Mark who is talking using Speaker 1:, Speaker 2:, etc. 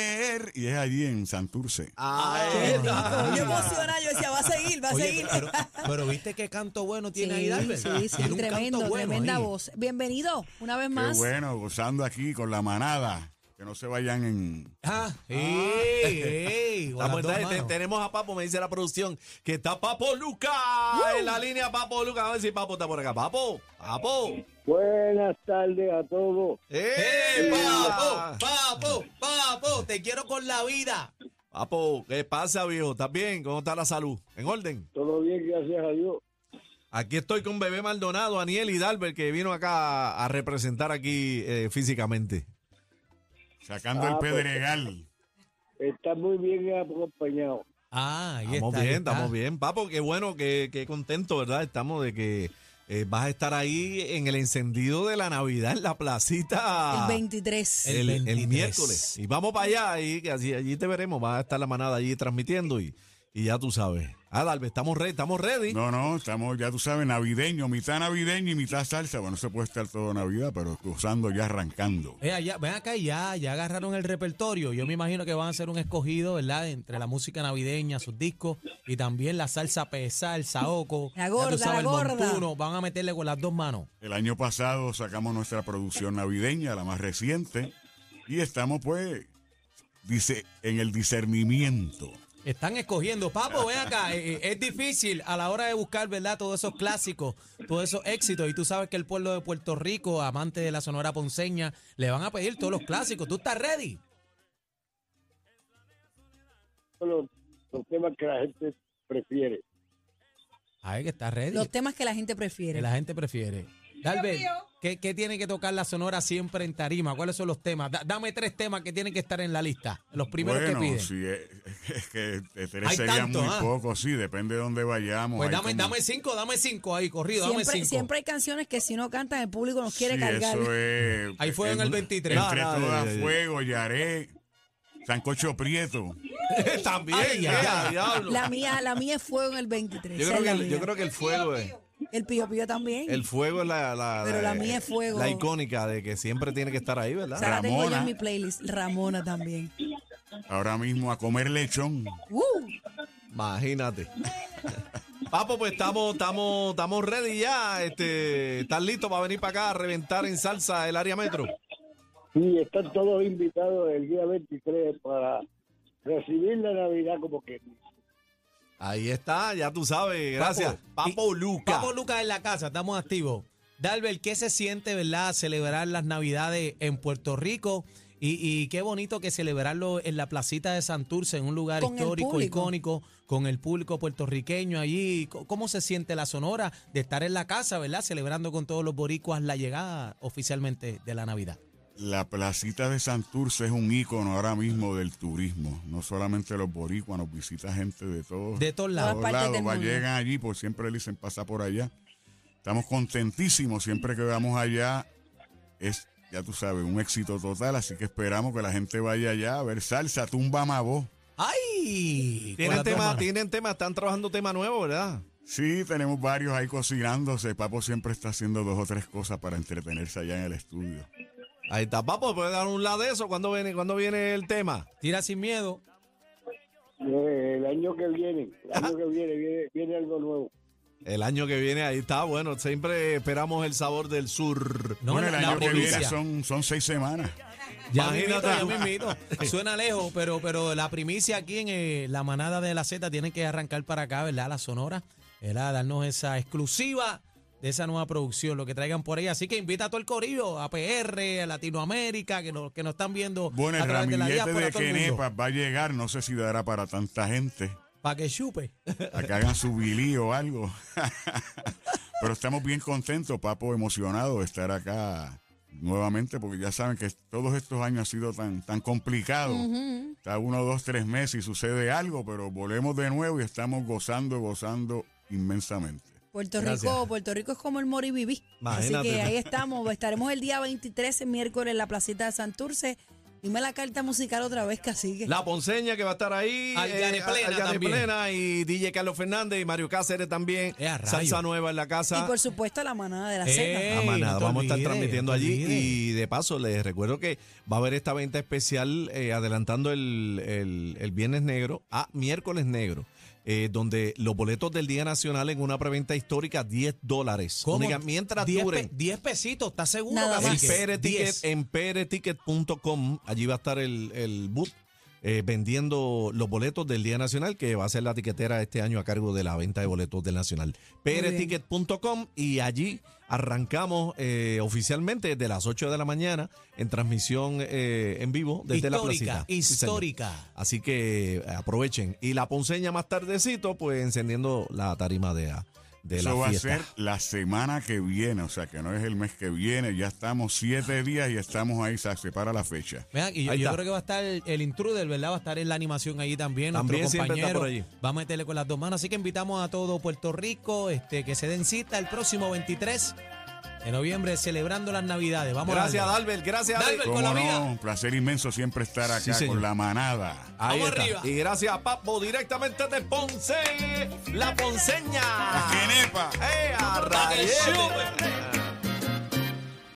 Speaker 1: Soler y es allí en Santurce.
Speaker 2: Ah,
Speaker 3: Ay,
Speaker 4: Yo emocionada, yo decía, va a seguir, va a
Speaker 5: Oye,
Speaker 4: seguir.
Speaker 5: pero, pero viste qué canto bueno tiene ahí, Dalbert.
Speaker 4: sí, sí,
Speaker 5: Tiene un
Speaker 4: tremendo,
Speaker 5: canto bueno
Speaker 4: tremenda
Speaker 5: ahí.
Speaker 4: voz. Bienvenido una vez más.
Speaker 1: Qué bueno, gozando aquí con la manada. Que no se vayan en.
Speaker 5: Ah, ey, ey, con
Speaker 3: Estamos-
Speaker 5: las dos
Speaker 3: te-
Speaker 5: manos.
Speaker 3: tenemos a Papo, me dice la producción, que está Papo Luca en la línea Papo Luca. Vamos a ver si Papo está por acá. Papo, Papo.
Speaker 2: Buenas tardes a todos.
Speaker 3: ¡Eh,
Speaker 5: ¡Eh,
Speaker 3: Papo!
Speaker 5: papo, papo, papo! ¡Te quiero con la vida!
Speaker 3: Papo, ¿qué pasa, viejo? ¿Estás bien? ¿Cómo está la salud? ¿En orden?
Speaker 2: Todo bien, gracias a Dios.
Speaker 3: Aquí estoy con Bebé Maldonado, Aniel y Dalbert, que vino acá a- a representar aquí eh, físicamente.
Speaker 1: Sacando
Speaker 2: Ah,
Speaker 1: el
Speaker 2: pues.
Speaker 1: pedregal.
Speaker 2: Está muy bien acompañado.
Speaker 5: Ah, ahí
Speaker 3: Estamos
Speaker 5: está, ahí
Speaker 3: bien,
Speaker 5: está.
Speaker 3: estamos bien. Papo, qué bueno, qué, qué contento, ¿verdad? Estamos de que eh, vas a estar ahí en el encendido de la Navidad, en la placita.
Speaker 4: El 23.
Speaker 5: Ah.
Speaker 3: el- el
Speaker 5: 23.
Speaker 3: miércoles. Y vamos para allá, y que así, allí te veremos. Va a estar la manada allí transmitiendo y, y ya tú sabes. Ah, Dalbert, estamos ready, estamos ready.
Speaker 1: No, no, estamos, ya tú sabes, navideño, mitad navideño y mitad salsa. Bueno, no se puede estar todo Navidad, pero gozando ya arrancando.
Speaker 5: Eh, allá- ven acá, ya, ya agarraron el repertorio. Yo me imagino que van a hacer un escogido, ¿verdad? Entre la música navideña, sus discos y también la salsa pesada, el saoco.
Speaker 4: La
Speaker 5: ya tú
Speaker 4: gorda,
Speaker 5: sabes,
Speaker 4: la
Speaker 5: el
Speaker 4: gorda.
Speaker 5: montuno. Van a meterle con las dos manos.
Speaker 1: El año pasado sacamos nuestra producción navideña, la más reciente, y estamos pues dice, en el discernimiento.
Speaker 5: Están escogiendo. Papo, ven acá. eh, eh, es difícil a la hora de buscar, ¿verdad? Todos esos clásicos, todos esos éxitos. Y tú sabes que el pueblo de Puerto Rico, amante de la Sonora Ponceña, le van a pedir todos los clásicos. ¿Tú estás ready?
Speaker 2: Los, los temas que la gente prefiere.
Speaker 5: Ay, que estás ready.
Speaker 4: Los temas que la gente prefiere.
Speaker 5: que la gente prefiere. Dalbert, ¿qué, qué tiene que tocar la Sonora siempre en tarima? ¿Cuáles son los temas? Da- dame tres temas que tienen que estar en la lista, los primeros
Speaker 1: bueno,
Speaker 5: que piden.
Speaker 1: sí, eh, es que de tres
Speaker 5: Hay
Speaker 1: sería
Speaker 5: tanto,
Speaker 1: muy
Speaker 5: ah.
Speaker 1: poco, sí, depende de dónde vayamos.
Speaker 5: Pues
Speaker 1: hay
Speaker 5: dame,
Speaker 1: como-
Speaker 5: dame cinco, dame cinco ahí, corrido, dame
Speaker 4: Siempre,
Speaker 5: cinco.
Speaker 4: siempre hay canciones que si no cantan el público nos quiere
Speaker 1: Sí,
Speaker 4: cargar.
Speaker 1: eso es.
Speaker 5: Ahí fuego en el 23.
Speaker 1: Entre
Speaker 3: Ah, no,
Speaker 1: todas,
Speaker 3: ya, ya, ya.
Speaker 1: fuego, yaré, sancocho prieto.
Speaker 3: También,
Speaker 5: Ay,
Speaker 3: eh,
Speaker 5: ya.
Speaker 3: a diablo.
Speaker 4: La mía, la mía es fuego en el 23.
Speaker 3: Yo creo,
Speaker 4: esa es
Speaker 3: que
Speaker 4: la
Speaker 3: el, yo
Speaker 4: mía.
Speaker 3: creo que el fuego es.
Speaker 4: El pío pío también.
Speaker 3: El fuego es la.
Speaker 4: Pero la mía es fuego.
Speaker 3: La icónica de que siempre tiene que estar ahí,
Speaker 4: o
Speaker 3: ¿verdad?
Speaker 4: sea, la tengo yo
Speaker 1: Ramona.
Speaker 4: en mi playlist. Ramona también.
Speaker 1: Ahora mismo a comer lechón.
Speaker 4: Uh,
Speaker 3: Imagínate. Papo, pues estamos, estamos, estamos ready ya. Este, ¿Estás listo para venir para acá a reventar en salsa el área metro?
Speaker 2: Y están todos invitados el día 23 para recibir la Navidad como que.
Speaker 3: Ahí está, ya tú sabes. Gracias. Papo, Luca.
Speaker 5: Papo Lucas en la casa, estamos activos. Dalbert, ¿qué se siente, verdad, celebrar las Navidades en Puerto Rico? Y, y qué bonito que celebrarlo en la placita de Santurce, en un lugar
Speaker 4: Con el
Speaker 5: histórico,
Speaker 4: público.
Speaker 5: icónico, con el público puertorriqueño allí. C- ¿Cómo se siente la Sonora de estar en la casa, verdad, celebrando con todos los boricuas la llegada oficialmente de la Navidad?
Speaker 1: La placita de Santurce es un ícono ahora mismo del turismo. No solamente los boricuanos, visita gente de todos,
Speaker 5: De todos
Speaker 1: todos
Speaker 5: lados.
Speaker 4: Todas partes
Speaker 1: lados.
Speaker 4: del
Speaker 1: Va,
Speaker 4: mundo.
Speaker 1: llegan allí, pues siempre le dicen pasa por allá. Estamos contentísimos siempre que vamos allá. Es, ya tú sabes, un éxito total. Así que esperamos que la gente vaya allá a ver salsa, tumba mambo.
Speaker 4: Ah.
Speaker 5: ¡Ay! Con
Speaker 3: Tienen
Speaker 5: las dos
Speaker 3: tema,
Speaker 5: manos.
Speaker 3: tienen tema, están trabajando tema nuevo, ¿verdad?
Speaker 1: Sí, tenemos varios ahí cocinándose. Papo siempre está haciendo dos o tres cosas para entretenerse allá en el estudio.
Speaker 3: Ahí está, Papo, puedes dar un lado de eso. ¿Cuándo viene, cuándo viene el tema?
Speaker 5: Tira sin miedo.
Speaker 2: eh, el año que viene, el año que viene, viene, viene algo nuevo.
Speaker 3: El año que viene, ahí está, bueno, siempre esperamos el sabor del sur.
Speaker 5: No,
Speaker 1: bueno, el
Speaker 5: la- la
Speaker 1: año que viene
Speaker 5: provincia.
Speaker 1: son, son seis semanas.
Speaker 5: Ya mismito,
Speaker 3: Imagínate.
Speaker 5: ya mismito. Suena lejos, pero, pero la primicia aquí en eh, la manada de la Z tienen que arrancar para acá, ¿verdad? La Sonora, ¿verdad? Darnos esa exclusiva de esa nueva producción, lo que traigan por ahí. Así que invita a todo el corillo, a PR, a Latinoamérica, que nos, que nos están viendo
Speaker 1: Bueno,
Speaker 5: a
Speaker 1: el
Speaker 5: través de la
Speaker 1: ramillete
Speaker 5: diáspora,
Speaker 1: de
Speaker 5: todo el mundo,
Speaker 1: Kenepa va a llegar, no sé si dará para tanta gente,
Speaker 5: para que chupe.
Speaker 1: para que hagan su bilí o algo. Pero estamos bien contentos, Papo, emocionado de estar acá nuevamente, porque ya saben que todos estos años ha sido tan, tan complicado. Está uno, dos, tres meses y sucede algo, pero volvemos de nuevo y estamos gozando, gozando inmensamente.
Speaker 4: Puerto
Speaker 3: Gracias.
Speaker 4: Rico, Puerto Rico es como el Moribibí. Así
Speaker 3: Imagínate.
Speaker 4: que ahí estamos. Estaremos el día 23, el miércoles, en la placita de Santurce. Dime la carta musical otra vez, cacique.
Speaker 3: La Ponceña que va a estar ahí. eh,
Speaker 5: Algaré Plena
Speaker 3: Algaré
Speaker 5: también.
Speaker 3: Plena y DJ Carlos Fernández y Mario Cáceres también.
Speaker 5: Eh, a rayos.
Speaker 3: Salsa Nueva en la casa.
Speaker 4: y por supuesto la manada de la
Speaker 5: Eh,
Speaker 4: Z.
Speaker 3: Ah,
Speaker 5: Ey,
Speaker 3: manada,
Speaker 5: no te
Speaker 3: vamos a estar
Speaker 5: olvides,
Speaker 3: transmitiendo
Speaker 5: no te
Speaker 3: allí.
Speaker 5: olvides.
Speaker 3: Y de paso, les recuerdo que va a haber esta venta especial eh, adelantando el, el- el Viernes Negro a Miércoles Negro, eh, donde los boletos del Día Nacional en una preventa histórica, 10 dólares.
Speaker 5: ¿Cómo?
Speaker 3: Única- Mientras
Speaker 5: 10
Speaker 3: duren.
Speaker 5: pe- 10 pesitos, ¿estás seguro?
Speaker 4: Nada
Speaker 3: En
Speaker 4: más.
Speaker 5: cacique?
Speaker 3: Pere Ticket,
Speaker 5: 10.
Speaker 3: en pereticket.com, allí va a estar el, el booth eh, vendiendo los boletos del Día Nacional, que va a ser la tiquetera este año a cargo de la venta de boletos del Nacional.
Speaker 4: bien.
Speaker 3: Pereticket.com y allí arrancamos eh, oficialmente desde las 8 de la mañana en transmisión eh, en vivo desde la
Speaker 5: Histórica,
Speaker 3: placita. Sí, señor.
Speaker 5: histórica.
Speaker 3: Así que eh, aprovechen. Y la ponceña más tardecito, pues encendiendo la tarima de, la- de
Speaker 1: Eso
Speaker 3: la
Speaker 1: va
Speaker 3: fiesta.
Speaker 1: a ser la semana que viene, o sea que no es el mes que viene, ya estamos siete días y estamos ahí, se separa la fecha.
Speaker 5: Vean, y yo,
Speaker 3: Ahí
Speaker 5: yo
Speaker 3: está.
Speaker 5: creo que va a estar el intruder, ¿verdad? Va a estar en la animación allí también,
Speaker 3: También
Speaker 5: nuestro
Speaker 3: siempre
Speaker 5: compañero.
Speaker 3: está por allí.
Speaker 5: Va a meterle con las dos manos. Así que invitamos a todo Puerto Rico este, que se den cita el próximo 23 de noviembre, celebrando las Navidades. Vamos
Speaker 3: Gracias,
Speaker 5: Dalva.
Speaker 3: Dalbert. Gracias, Dalbert.
Speaker 5: Dalbert,
Speaker 1: Como
Speaker 5: con la vida.
Speaker 1: no, un placer inmenso siempre estar
Speaker 3: Sí,
Speaker 1: acá
Speaker 3: señor.
Speaker 1: con la manada.
Speaker 3: Ahí
Speaker 5: Vamos
Speaker 3: está.
Speaker 5: arriba.
Speaker 3: Y gracias a Papo, directamente de Ponce, la Ponceña.
Speaker 5: Ah.
Speaker 1: ¡Genepa!
Speaker 3: ¡Eh, a rayete!